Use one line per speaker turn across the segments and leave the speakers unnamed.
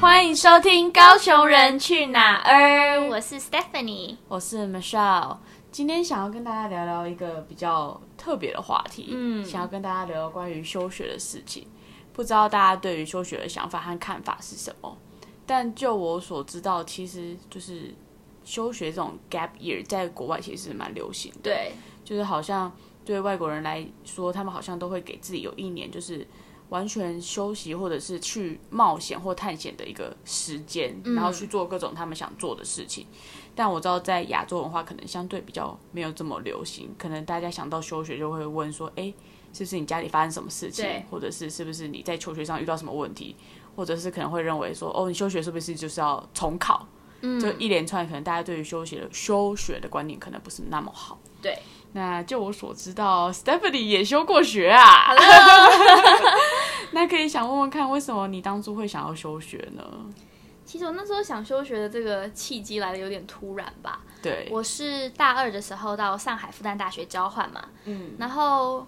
欢迎收听《高雄人去哪儿》，我
我是 Stephanie，
我是 Michelle。今天想要跟大家聊聊一个比较特别的话题，
嗯
想要跟大家聊聊关于休学的事情。不知道大家对于休学的想法和看法是什么？但就我所知道，其实就是休学这种 gap year 在国外其实蛮流行的。
对，
就是好像对外国人来说，他们好像都会给自己有一年就是完全休息，或者是去冒险或探险的一个时间，然后去做各种他们想做的事情。但我知道在亚洲文化可能相对比较没有这么流行，可能大家想到休学就会问说，哎、是不是你家里发生什么事情
对，
或者是是不是你在求学上遇到什么问题，或者是可能会认为说，哦，你休学是不是就是要重考？嗯，就一连串，可能大家对于休学的休学的观念可能不是那么好。
对，
那就我所知道，Stephanie 也休过学啊。 那可以想问问看，为什么你当初会想要休学呢？
其实我那时候想休学的这个契机来的有点突然吧。
对，
我是大二的时候到上海复旦大学交换嘛，嗯，然后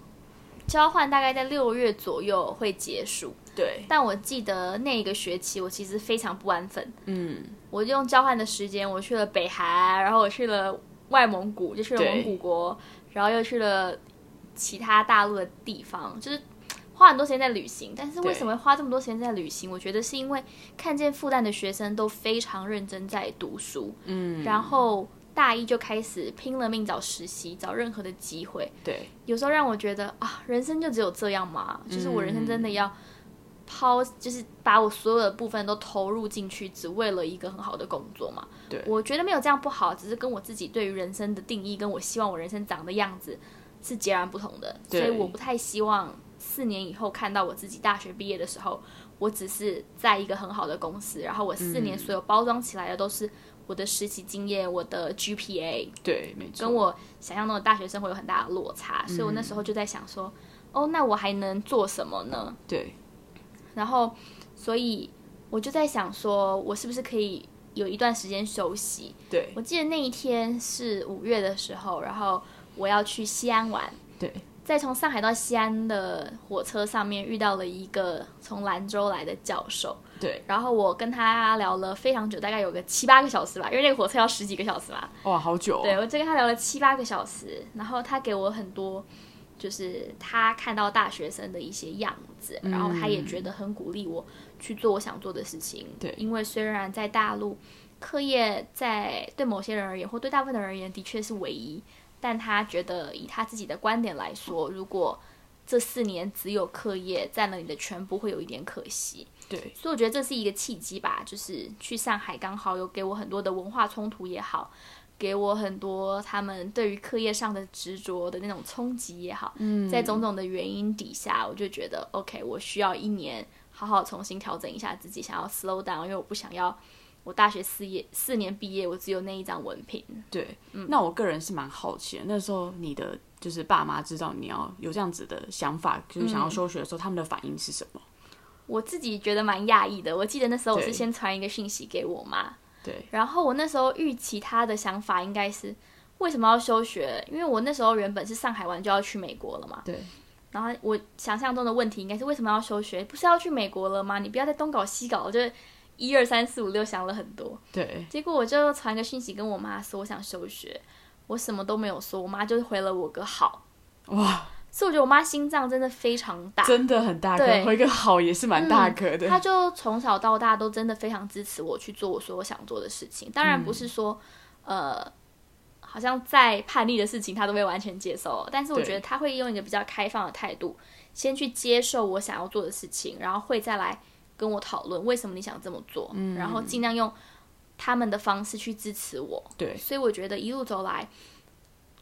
交换大概在六月左右会结束，
对，
但我记得那一个学期我其实非常不安分，
嗯，
我用交换的时间我去了北韩，然后我去了外蒙古，就去了
对
蒙古国，然后又去了其他大陆的地方，就是花很多时间在旅行。但是为什么会花这么多时间在旅行？我觉得是因为看见复旦的学生都非常认真在读书，
嗯，
然后大一就开始拼了命找实习，找任何的机会。
对，
有时候让我觉得啊，人生就只有这样嘛，就是我
嗯
人生真的要抛，就是把我所有的部分都投入进去，只为了一个很好的工作嘛。
对
我觉得没有这样不好，只是跟我自己对于人生的定义，跟我希望我人生长的样子是截然不同的，所
对
以我不太希望四年以后看到我自己大学毕业的时候，我只是在一个很好的公司，然后我四
嗯
年所有包装起来的都是我的实习经验，我的 GPA，
对，没错，
跟我想象中的大学生活有很大的落差，所以
嗯
我那时候就在想说，哦，那我还能做什么呢？
对，
然后，所以我就在想说，我是不是可以有一段时间休息？
对，
我记得那一天是五月的时候，然后我要去西安玩，
对，
在从上海到西安的火车上面遇到了一个从兰州来的教授，
对，
然后我跟他聊了非常久，大概有个七八个小时吧，因为那个火车要十几个小时嘛。
哇，好久、哦，
对，我就跟他聊了七八个小时，然后他给我很多，就是他看到大学生的一些样子，然后他也觉得很鼓励我去做我想做的事情。
嗯对
因为虽然在大陆课业在对某些人而言，或对大部分的人而言的确是唯一，但他觉得以他自己的观点来说，如果这四年只有课业占了你的全部，会有一点可惜。
对，
所以我觉得这是一个契机吧，就是去上海刚好有给我很多的文化冲突也好，给我很多他们对于课业上的执着的那种冲击也好，嗯，在种种的原因底下，我就觉得 OK，我需要一年好好重新调整一下自己，想要 slow down，因为我不想要我大学四业四年毕业，我只有那一张文凭，
对。
嗯
那我个人是蛮好奇的，那时候你的就是爸妈知道你要有这样子的想法，就是
嗯
想要休学的时候，他们的反应是什么？
我自己觉得蛮讶异的。我记得那时候我是
对
先传一个讯息给我妈，
对，
然后我那时候预期他的想法应该是为什么要休学？因为我那时候原本是上海完就要去美国了嘛，
对，
然后我想象中的问题应该是为什么要休学？不是要去美国了吗？你不要再东搞西搞，我就一二三四五六想了很多。
对，
结果我就传个讯息跟我妈说我想休学，我什么都没有说，我妈就回了我个好。
哇，
所以我觉得我妈心脏真的非常大，
真的很大
对嗯
颗，回个好也是蛮大颗的，
他就从小到大都真的非常支持我去做我所有想做的事情。当然不是说，呃，好像再叛逆的事情他都会完全接受，哦但是我
对
觉得他会用一个比较开放的态度，先去接受我想要做的事情，然后会再来跟我讨论为什么你想这么做，然后尽量用他们的方式去支持我。
对，
所以我觉得一路走来，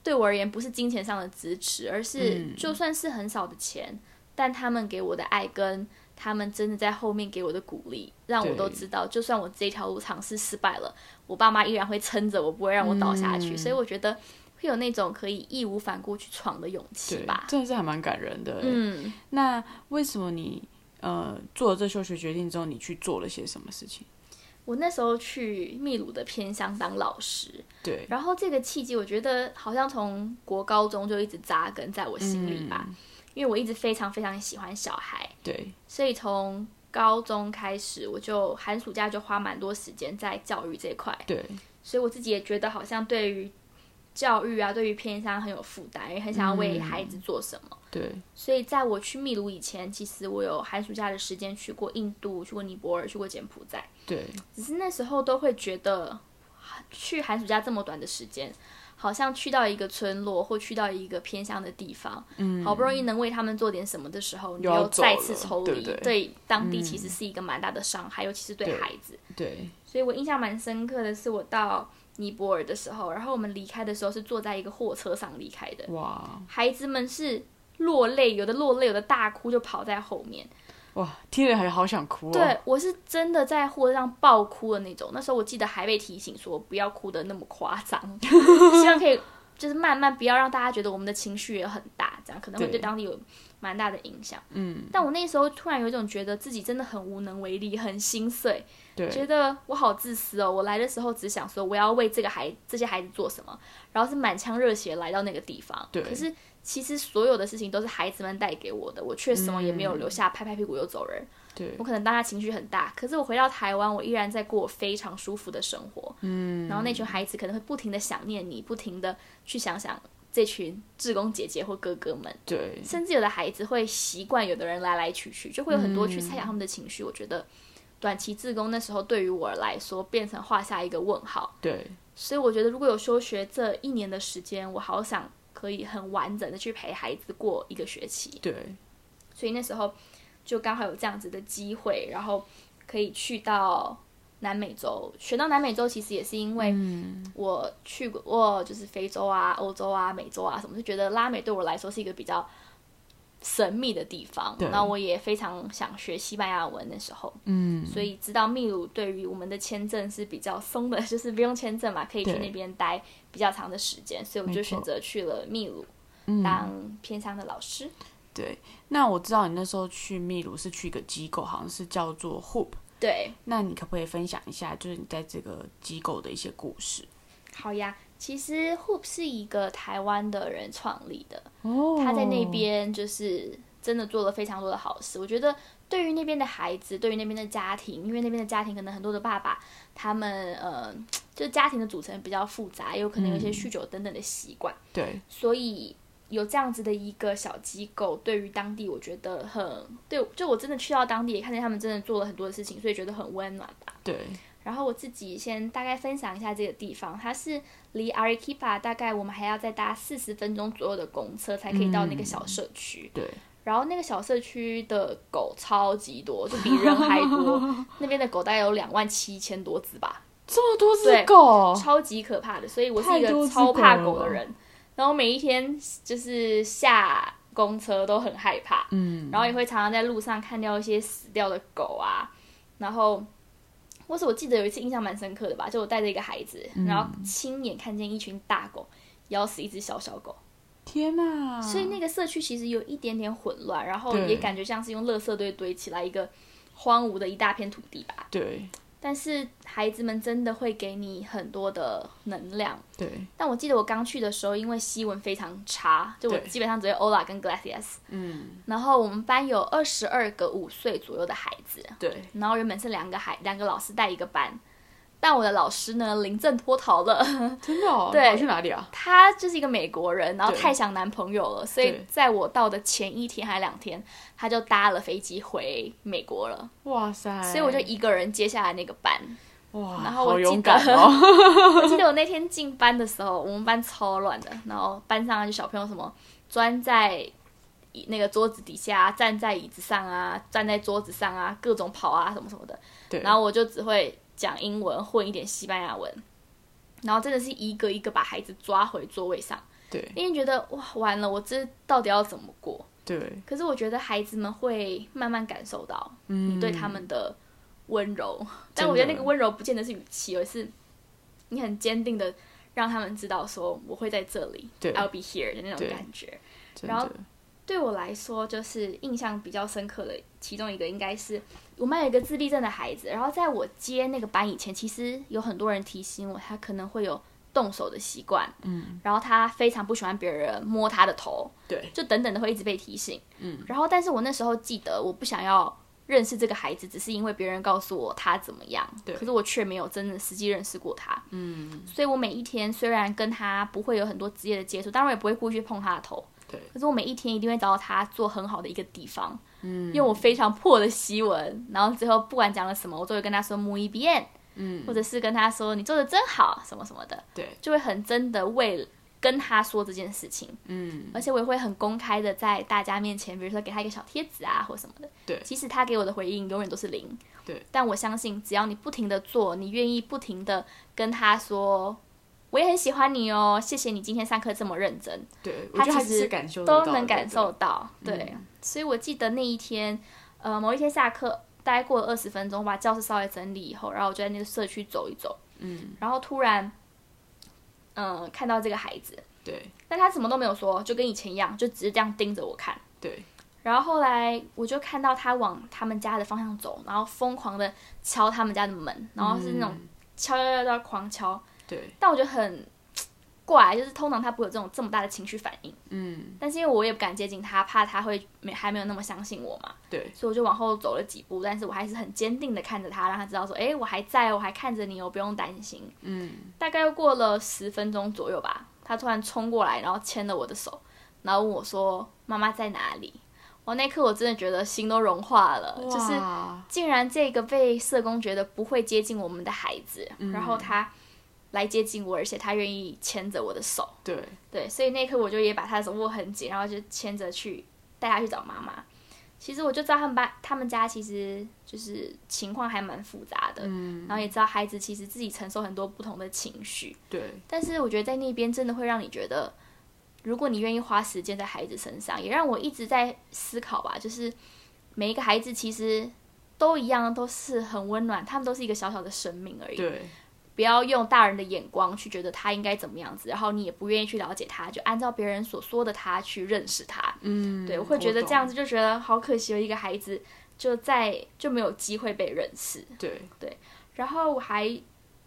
对我而言不是金钱上的支持，而
嗯
是就算是很少的钱，但他们给我的爱跟他们真的在后面给我的鼓励，让我
对
都知道，就算我这条路尝试失败了，我爸妈依然会撑着我，不会让我倒下去。
嗯
所以我觉得会有那种可以义无反顾去闯的勇气
对
吧，。
真的是还蛮感人的。
嗯，
那为什么你呃做了这休学决定之后，你去做了些什么事情？
我那时候去秘鲁的偏乡当老师，
对，
然后这个契机，我觉得好像从国高中就一直扎根在我心里吧，因为我一直非常非常喜欢小孩，
对
所以从高中开始，我就寒暑假就花蛮多时间在教育这一块，
对，
所以我自己也觉得好像对于教育啊，对于偏乡很有负担，也很想要为孩子做什么。
对，
所以在我去秘鲁以前，其实我有寒暑假的时间去过印度、去过尼泊尔、去过柬埔寨，
对，
只是那时候都会觉得，去寒暑假这么短的时间，好像去到一个村落或去到一个偏乡的地方，嗯，好不容易能为他们做点什么的时候，你
又要
又
走
再
了
次抽
对
离，
不对嗯
当地其实是一个蛮大的伤害，尤其是对
对
孩子。
对，
所以我印象蛮深刻的是，我到尼泊尔的时候，然后我们离开的时候是坐在一个货车上离开的，
哇
孩子们是落泪，有的落泪，有的大哭，就跑在后面。
哇，听了还好想哭哦。
对，我是真的在货车上爆哭的那种。那时候我记得还被提醒说不要哭的那么夸张， 希望可以就是慢慢不要让大家觉得我们的情绪也很大，这样可能会
对
对当地有蛮大的影响。嗯，但我那时候突然有一种觉得自己真的很无能为力，很心碎，觉
对
得我好自私哦。我来的时候只想说我要为这个孩这些孩子做什么，然后是满腔热血来到那个地方。
对
可是其实所有的事情都是孩子们带给我的，我却什么也没有留下，拍拍屁股就走人。
对
我可能当下情绪很大，可是我回到台湾，我依然在过我非常舒服的生活。嗯，然后那群孩子可能会不停的想念你，不停的去想想这群志工姐姐或哥哥们，
对
甚至有的孩子会习惯，有的人来来去去，就会有很多去猜想他们的情绪。我觉得短期志工那时候对于我来说，变成画下一个问号。
对
所以我觉得，如果有休学这一年的时间，我好想可以很完整的去陪孩子过一个学期。
对
所以那时候就刚好有这样子的机会，然后可以去到南美洲。选到南美洲其实也是因为
嗯
我去过，我就是非洲啊、欧洲啊、美洲啊什么，就觉得拉美对我来说是一个比较神秘的地方。
对
那我也非常想学西班牙文，那时候，
嗯，
所以知道秘鲁对于我们的签证是比较松的， 就是不用签证嘛，可以去
对
那边待比较长的时间，所以我
没
就
错
选择去了秘鲁
嗯
当偏乡的老师。
对。那我知道你那时候去秘鲁是去一个机构，好像是叫做 Hoop。
对，
那你可不可以分享一下，就是你在这个机构的一些故事？
好呀，其实 Hoop 是一个台湾的人创立的，
哦
他在那边就是真的做了非常多的好事。我觉得对于那边的孩子，对于那边的家庭，因为那边的家庭可能很多的爸爸，他们呃，就家庭的组成比较复杂，也有可能有一些酗酒等等的习惯，
对
所以。有这样子的一个小机构，对于当地我觉得很对，就我真的去到当地也看见他们真的做了很多的事情，所以觉得很温暖吧。
对
然后我自己先大概分享一下这个地方，它是离 Arequipa 大概我们还要再搭四十分钟左右的公车才可以到那个
嗯
小社区。
对
然后那个小社区的狗超级多，就比人还 多。那边的狗大概有两万七千多只吧，
这么多只
对
狗，
超级可怕的。所以我是一
哦太多
个
只
超怕
狗
狗
了
的人，然后每一天就是下公车都很害怕。
嗯，
然后也会常常在路上看到一些死掉的狗啊，然后或是我记得有一次印象蛮深刻的吧，就我带着一个孩子，然后亲眼看见一群大狗咬死一只小小狗，
天哪、
所以那个社区其实有一点点混乱，然后
啊对
也感觉像是用垃圾堆堆起来一个荒芜的一大片土地吧。
对
但是孩子们真的会给你很多的能量，
对
但我记得我刚去的时候，因为西文非常差，就我
对
基本上只会 Ola 跟 Gracias。
嗯，
然后我们班有二十二个五岁左右的孩子，
对，
然后原本是两个孩两个老师带一个班，但我的老师呢临阵脱逃了，
真的哦，
对
跑去哪里啊？
他就是一个美国人，然后
对
太想男朋友了，所
对
以在我到的前一天还两天，他就搭了飞机回美国了，
哇塞！
所以我就一个人接下来那个班。
哇，
然后我
好勇
记得
敢 哦，
我记得我那天进班的时候，我们班超乱的，然后班上就小朋友什么钻在椅那个桌子底下，站在椅子上啊，站在桌子上啊，各种跑啊什么什么的。
对，
然后我就只会讲英文，混一点西班牙文，然后真的是一个一个把孩子抓回座位上。
对
那天觉得哇，完了，我这到底要怎么过？
对，
可是我觉得孩子们会慢慢感受到
嗯，
你对他们的温柔，
真
但
的
我觉得那个温柔不见得是语气，而是你很坚定的让他们知道说我会在这里
对
，I'll be here 的那
对
种感觉。
嗯真
然后
的
对我来说，就是印象比较深刻的其中一个，应该是我们班有一个自闭症的孩子，然后在我接那个班以前，其实有很多人提醒我，他可能会有动手的习惯，嗯，然后他非常不喜欢别人摸他的头，
对
就等等的会一直被提醒，嗯，然后但是我那时候记得，我不想要认识这个孩子，只是因为别人告诉我他怎么样，
对
可是我却没有真的实际认识过他。
嗯，
所以我每一天虽然跟他不会有很多职业的接触，当然也不会故意去碰他的头，
对，
可是我每一天一定会找到他做很好的一个地方，嗯，用我非常破的西文，然后之后不管讲了什么，我都会跟他说 m u y bien，
嗯，
或者是跟他说你做的真好什么什么的，
对，
就会很真的为了跟他说这件事情，
嗯，
而且我也会很公开的在大家面前，比如说给他一个小贴纸啊或什么的。
对
即使他给我的回应永远都是零。
对，
但我相信只要你不停的做，你愿意不停的跟他说，我也很喜欢你哦，谢谢你今天上课这么认真，
对，我
他
觉得还
其实
是感受得
都
到的
能感受
对嗯
到。对，所以我记得那一天，呃，某一天下课，大概过了二十分钟，我把教室稍微整理以后，然后我就在那个社区走一走，嗯，然后突然，嗯、看到这个孩子，
对
但他什么都没有说，就跟以前一样，就只是这样盯着我看。
对
然后后来我就看到他往他们家的方向走，然后疯狂的敲他们家的门，然后是那
嗯
种敲敲敲敲狂敲。
对，
但我觉得很怪，就是通常他不会有这种这么大的情绪反应。
嗯
但是因为我也不敢接近他，怕他会没还没有那么相信我嘛，
对
所以我就往后走了几步，但是我还是很坚定的看着他，让他知道说，哎，我还在，我还看着你哦，不用担心。
嗯
大概又过了十分钟左右吧，他突然冲过来，然后牵了我的手，然后问我说：“妈妈在哪里？”我那一刻我真的觉得心都融化了，就是
哇
竟然这个被社工觉得不会接近我们的孩子，然后他来接近我，而且他愿意牵着我的手，
对
对，所以那一刻我就也把他的手握很紧，然后就牵着去带他去找妈妈。其实我就知道他们班他们家其实就是情况还蛮复杂的，
嗯
然后也知道孩子其实自己承受很多不同的情绪，
对
但是我觉得在那边真的会让你觉得，如果你愿意花时间在孩子身上，也让我一直在思考吧，就是每一个孩子其实都一样，都是很温暖，他们都是一个小小的生命而已。
对
不要用大人的眼光去觉得他应该怎么样子，然后你也不愿意去了解他，就按照别人所说的他去认识他。
嗯，
对，我会觉得这样
子
子就觉得好可惜，有一个孩子就在就没有机会被认识。
对
然后我还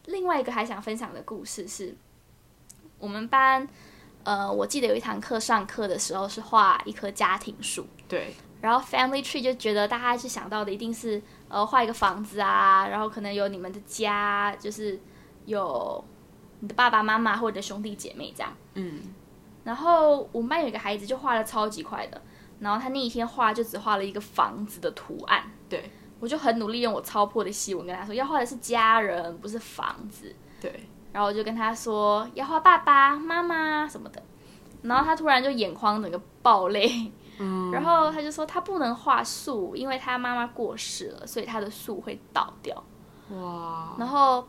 另外一个还想分享的故事是，我们班，呃，我记得有一堂课上课的时候是画一棵家庭树，
对
然后 family tree 就觉得大家是想到的一定是呃画一个房子啊，然后可能有你们的家，就是有你的爸爸妈妈或者兄弟姐妹这样。
嗯
然后我们班有一个孩子就画的超级快的，然后他那一天画就只画了一个房子的图案，
对
我就很努力用我超破的西文跟他说，要画的是家人，不是房子。
对
然后我就跟他说要画爸爸妈妈什么的，然后他突然就眼眶整个爆泪，
嗯
然后他就说他不能画树，因为他妈妈过世了，所以他的树会倒掉。
哇
然后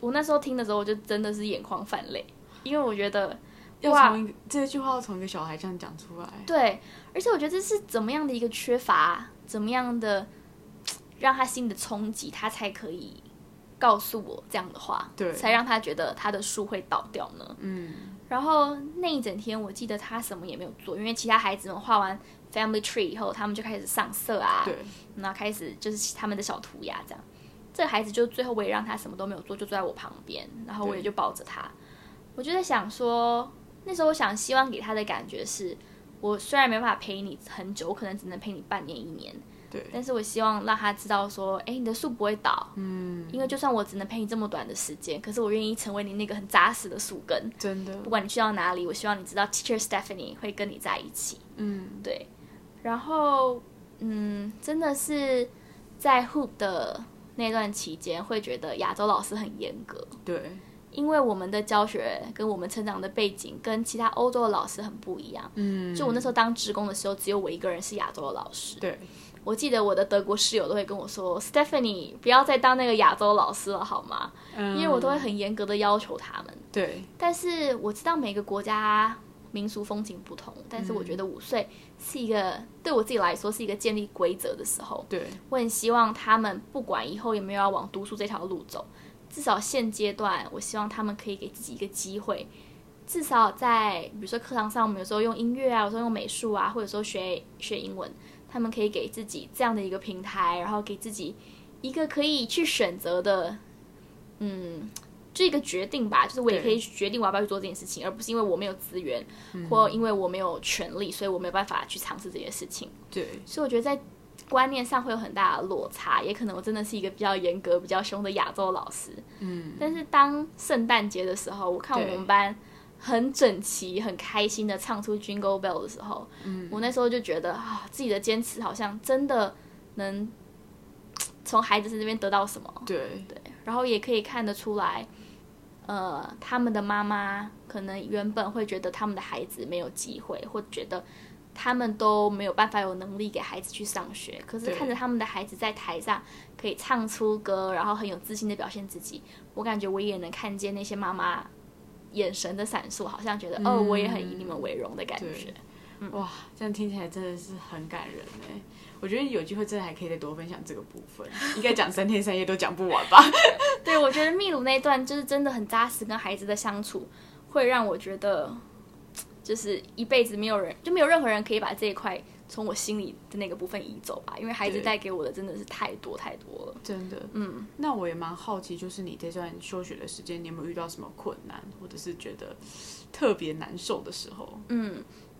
我那时候听的时候，我就真的是眼眶泛泪，因为我觉得
要
哇
从一个这句话要从一个小孩这样讲出来，
对，而且我觉得这是怎么样的一个缺乏，怎么样的让他心里的冲击，他才可以告诉我这样的话，
对
才让他觉得他的树会倒掉呢。
嗯
然后那一整天，我记得他什么也没有做，因为其他孩子们画完 family tree 以后，他们就开始上色啊，
对
然后开始就是他们的小涂鸦这样。这个孩子就最后我也让他什么都没有做，就坐在我旁边，然后我也
对
就抱着他。我就在想说，那时候我想希望给他的感觉是，我虽然没办法陪你很久，我可能只能陪你半年一年，
对
但是我希望让他知道说，哎，你的树不会倒，
嗯
因为就算我只能陪你这么短的时间，可是我愿意成为你那个很扎实的树根。
真的
不管你去到哪里，我希望你知道 Teacher Stephanie 会跟你在一起。
嗯
对，然后嗯，真的是在 Hoop 的那段期间，会觉得亚洲老师很严格，
对
因为我们的教学跟我们成长的背景跟其他欧洲的老师很不一样。
嗯
就我那时候当职工的时候，只有我一个人是亚洲的老师。
对
我记得我的德国室友都会跟我说：“Stephanie，不要再当那个亚洲老师了，好吗？”因为我都会很严格的要求他们。
嗯对
但是我知道每个国家民俗风情不同，但是我觉得五岁是一个、对我自己来说是一个建立规则的时候。
对
我很希望他们不管以后有没有要往读书这条路走，至少现阶段，我希望他们可以给自己一个机会。至少在比如说课堂上，我们有时候用音乐啊，有时候用美术啊，或者说学学英文，他们可以给自己这样的一个平台，然后给自己一个可以去选择的，嗯，就一个决定吧，就是我也
对
可以决定我要不要去做这件事情，而不是因为我没有资源、或因为我没有权利，所以我没有办法去尝试这件事情。
对
所以我觉得在观念上会有很大的落差，也可能我真的是一个比较严格、比较凶的亚洲老师。嗯，但是当圣诞节的时候，我看我
对
们班很整齐、很开心的唱出 Jingle Bell 的时候，嗯，我那时候就觉得啊，自己的坚持好像真的能从孩子身边得到什么。
对对
然后也可以看得出来，呃，他们的妈妈可能原本会觉得他们的孩子没有机会，或觉得他们都没有办法有能力给孩子去上学。可是
对
看着他们的孩子在台上可以唱出歌，然后很有自信的表现自己，我感觉我也能看见那些妈妈眼神的闪烁，好像觉得、哦，我也很以你们为荣的感觉。
哇，这样听起来真的是很感人哎。我觉得有机会真的还可以再多分享这个部分， 应该讲三天三夜都讲不完吧？
对，我觉得秘鲁那一段就是真的很扎实，跟孩子的相处会让我觉得，就是一辈子没有人就没有任何人可以把这一块从我心里的那个部分移走吧，因为孩子
对
带给我的真的是太多太多了。
真的，嗯。那我也蛮好奇，就是你这段休学的时间，你有没有遇到什么困难，或者是觉得特别难受的时候？
嗯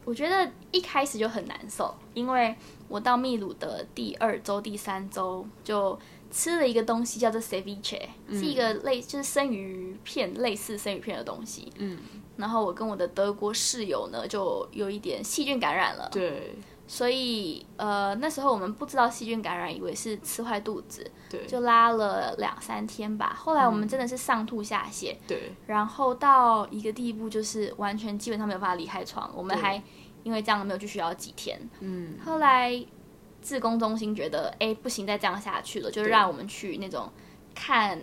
我觉得一开始就很难受，因为我到秘鲁的第二周、第三周就吃了一个东西，叫做 ceviche，、是一个类就是生鱼片，类似生鱼片的东西。嗯。然后我跟我的德国室友呢，就有一点细菌感染了。
对
所以呃那时候我们不知道细菌感染，以为是吃坏肚子，
对
就拉了两三天吧。后来我们真的是上吐下泻，
对
然后到一个地步就是完全基本上没有办法离开床，我们
对
还因为这样没有去学校几天。
嗯，
后来自工中心觉得哎不行，再这样下去了，就让我们去那种看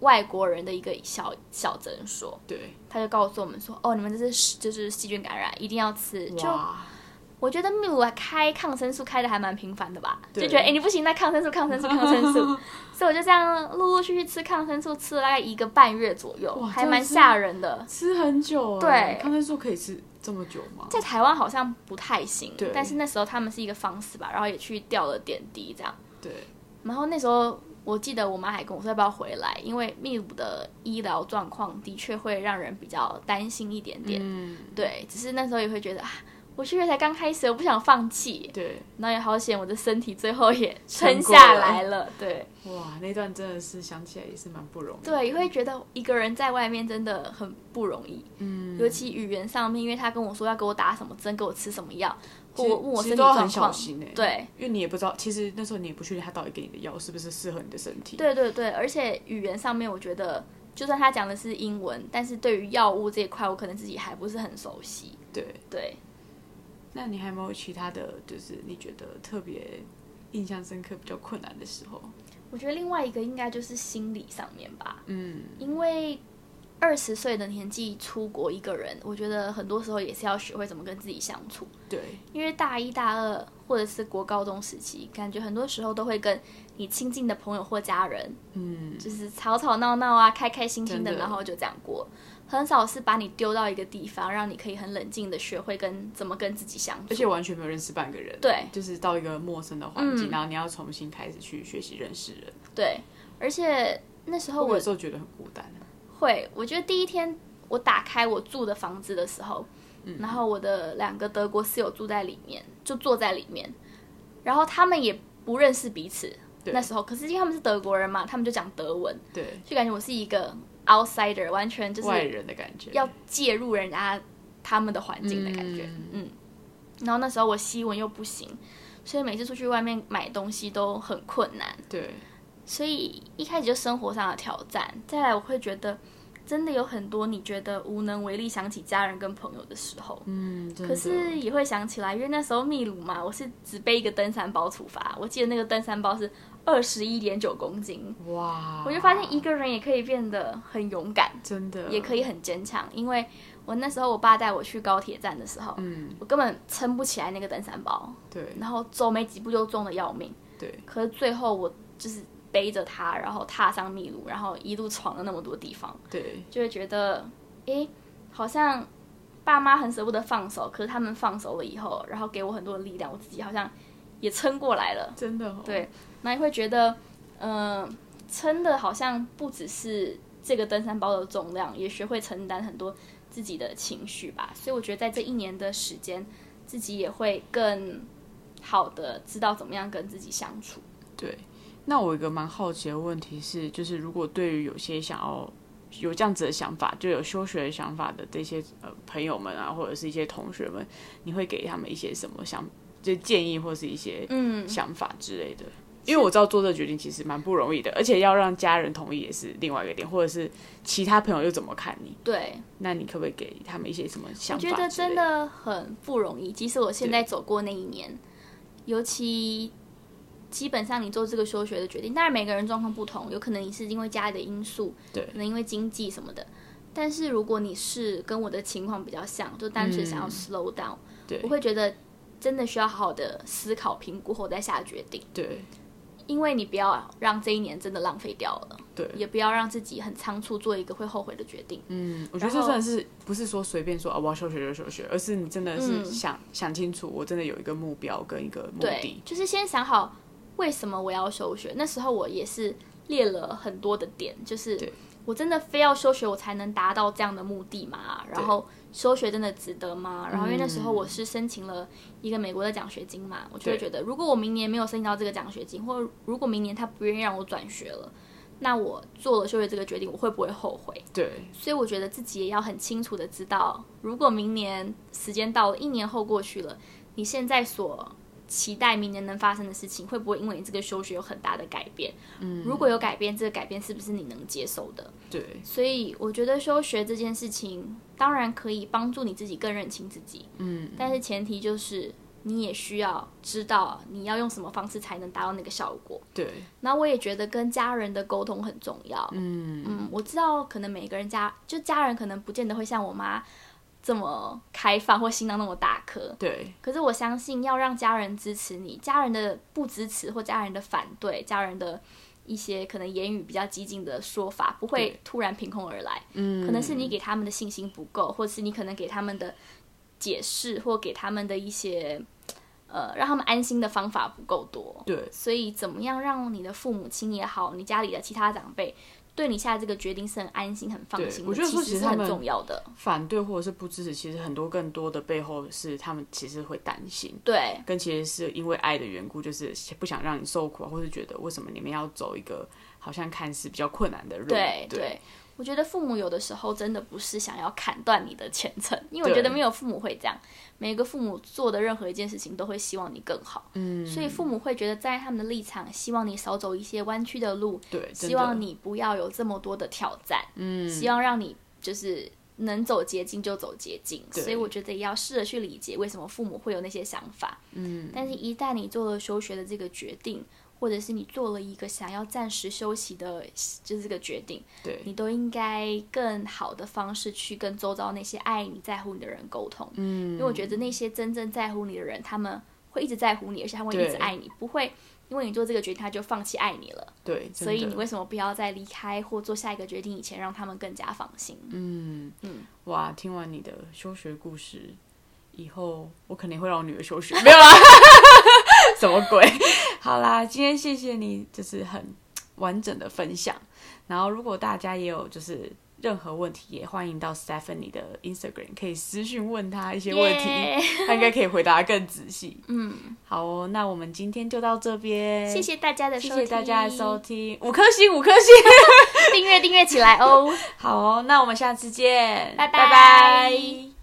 外国人的一个小小诊所，
对，
他就告诉我们说哦你们这是就是细菌感染，一定要吃，就
哇，
我觉得秘鲁开抗生素开的还蛮频繁的吧，就
对
觉得哎、诶你不行，那抗生素抗生素抗 生素，所以我就这样陆陆续续吃抗生素，吃了大概一个半月左右，
哇
还
真的
蛮
是
吓人的。
吃很久欸
对
抗生素可以吃这么久吗？
在台湾好像不太行
对，
但是那时候他们是一个方式吧，然后也去吊了点滴这样。
对
然后那时候我记得我妈还跟我说要不要回来，因为秘鲁的医疗状况的确会让人比较担心一点点。
嗯，
对，只是那时候也会觉得啊，我去月才刚开始，我不想放弃。
对，
那也好险，我的身体最后也撑
撑过
下
了
来 了。对
哇，那段真的是想起来也是蛮不容易。
对，会觉得一个人在外面真的很不容易，
嗯，
尤其语言上面，因为他跟我说要给我打什么针，给我吃什么药，或问我
其实
身体
都要
状
很小
况。
心哎、
对，
因为你也不知道，其实那时候你也不确定他到底给你的药是不是适合你的身体。，
对对对，而且语言上面，我觉得就算他讲的是英文，但是对于药物这一块，我可能自己还不是很熟悉。
对，
对，
那你还有没有其他的就是你觉得特别印象深刻、比较困难的时候？
我觉得另外一个应该就是心理上面吧，
嗯，
因为二十岁的年纪出国一个人，我觉得很多时候也是要学会怎么跟自己相处。
对
因为大一大二或者是国高中时期，感觉很多时候都会跟你亲近的朋友或家人，嗯，就是吵吵闹闹啊，开开心心的，
真的
然后就这样过，很少是把你丢到一个地方，让你可以很冷静的学会跟怎么跟自己相处。
而且完全没有认识半个人。
对
就是到一个陌生的环境，
嗯
然后你要重新开始去学习认识人。
对，而且那时候
我
我
有时候觉得很孤单。啊
会，我觉得第一天我打开我住的房子的时候，
嗯
然后我的两个德国室友住在里面，就坐在里面，然后他们也不认识彼此。
对
那时候，可是因为他们是德国人嘛，他们就讲德文，
对，
就感觉我是一个 outsider，完全就
外
是
人的感觉。
要介入人家他们的环境的感觉。
嗯
嗯然后那时候我西文又不行，所以每次出去外面买东西都很困难。
对
所以一开始就生活上的挑战，再来我会觉得，真的有很多你觉得无能为力，想起家人跟朋友的时候，
嗯，真
可
的
是也会想起来，因为那时候秘鲁嘛，我是只背一个登山包出发，我记得那个登山包是二十一点九公斤，
哇，
我就发现一个人也可以变得很勇敢，
真的
也可以很坚强，因为我那时候我爸带我去高铁站的时候，
嗯，
我根本撑不起来那个登山包，
对
然后走没几步就重的要命。
对
可是最后我就是背着它，然后踏上秘鲁，然后一路闯了那么多地方，
对
就会觉得，诶，好像爸妈很舍不得放手，可是他们放手了以后，然后给我很多力量，我自己好像也撑过来了。
真的、哦、
对，那也会觉得，嗯、撑的好像不只是这个登山包的重量，也学会承担很多自己的情绪吧。所以我觉得在这一年的时间，自己也会更好的知道怎么样跟自己相处。
对，那我有一个蛮好奇的问题是，就是如果对于有些想要有这样子的想法，就有休学的想法的这些呃朋友们啊，或者是一些同学们，你会给他们一些什么想就建议，或是一些
嗯，
想法之类的？因为我知道做这个决定其实蛮不容易的，而且要让家人同意也是另外一个点，或者是其他朋友又怎么看你？
对，
那你可不可以给他们一些什么想
我
法之
觉
类？
得真的很不容易。即使我现在走过那一年，尤其基本上你做这个休学的决定，当然每个人状况不同，有可能你是因为家里的因素，
对
可能因为经济什么的。但是如果你是跟我的情况比较像，就单纯想要
嗯
slow down，、
对
我会觉得真的需要好好的思考评估后再下决定，
对
因为你不要让这一年真的浪费掉了，
对，
也不要让自己很仓促做一个会后悔的决定。
嗯，我觉得
然
这
后
真的是不是说随便说啊，我要休学就休学，而是你真的是
嗯
想、想清楚，我真的有一个目标跟一个目
对
的，，
就是先想好为什么我要休学。那时候我也是列了很多的点，就是
对
我真的非要休学，我才能达到这样的目的嘛？然后休学真的值得吗？然后因为那时候我是申请了一个美国的奖学金嘛，我就
对
会觉得，如果我明年没有申请到这个奖学金，或如果明年他不愿意让我转学了。那我做了休学这个决定，我会不会后悔？
对
所以我觉得自己也要很清楚的知道，如果明年时间到了，一年后过去了，你现在所期待明年能发生的事情，会不会因为你这个休学有很大的改变？嗯，如果有改变，这个改变是不是你能接受的？
对
所以我觉得休学这件事情，当然可以帮助你自己更认清自己，嗯，但是前提就是你也需要知道你要用什么方式才能达到那个效果。
对
那我也觉得跟家人的沟通很重要。嗯我知道可能每个人家就家人可能不见得会像我妈这么开放或心脏那么大颗，
对
可是我相信要让家人支持你，家人的不支持或家人的反对，家人的一些可能言语比较激进的说法，不会
对
突然凭空而来。嗯，可能是你给他们的信心不够，或是你可能给他们的解释或给他们的一些呃让他们安心的方法不够多。
对
所以怎么样让你的父母亲也好，你家里的其他长辈对你下这个决定是很安心、很放
对
心的，
我觉得说
其
其
实
实
是
他
很
们
重要的。
反对或者是不支持，其实很多更多的背后是他们其实会担心，
对
跟其实是因为爱的缘故，就是不想让你受苦啊，或是觉得为什么你们要走一个好像看似比较困难的路，
对
对
对，我觉得父母有的时候真的不是想要砍断你的前程，因为我觉得
对
没有父母会这样，每个父母做的任何一件事情都会希望你更好。嗯，所以父母会觉得站在他们的立场，希望你少走一些弯曲的路，
对，真
希望
的
你不要有这么多的挑战，嗯，希望让你就是能走捷径就走捷径，
对
所以我觉得也要试着去理解为什么父母会有那些想法，嗯，但是一旦你做了休学的这个决定，或者是你做了一个想要暂时休息的，就是这个决定，
对
你都应该更好的方式去跟周遭那些爱你、在乎你的人沟通，嗯，因为我觉得那些真正在乎你的人，他们会一直在乎你，而且他会一直
对
爱你，不会因为你做这个决定他就放弃爱你了。
对，
所以
真
你
的
为什么不要在离开或做下一个决定以前，让他们更加放心？
嗯
嗯
哇，听完你的休学故事以后，我肯定会让我女儿休学，没有啦， 什么鬼？好啦，今天谢谢你，就是很完整的分享。然后，如果大家也有就是任何问题，也欢迎到 Stephanie 的 Instagram 可以私讯问她一些问题
耶
她应该可以回答得更仔细。嗯，好哦，那我们今天就到这边，
谢谢大家的
谢
收听，
谢大家的收听，五颗星，五颗 星。
订阅订阅起来哦，
好哦，那我们下次见，
拜
拜拜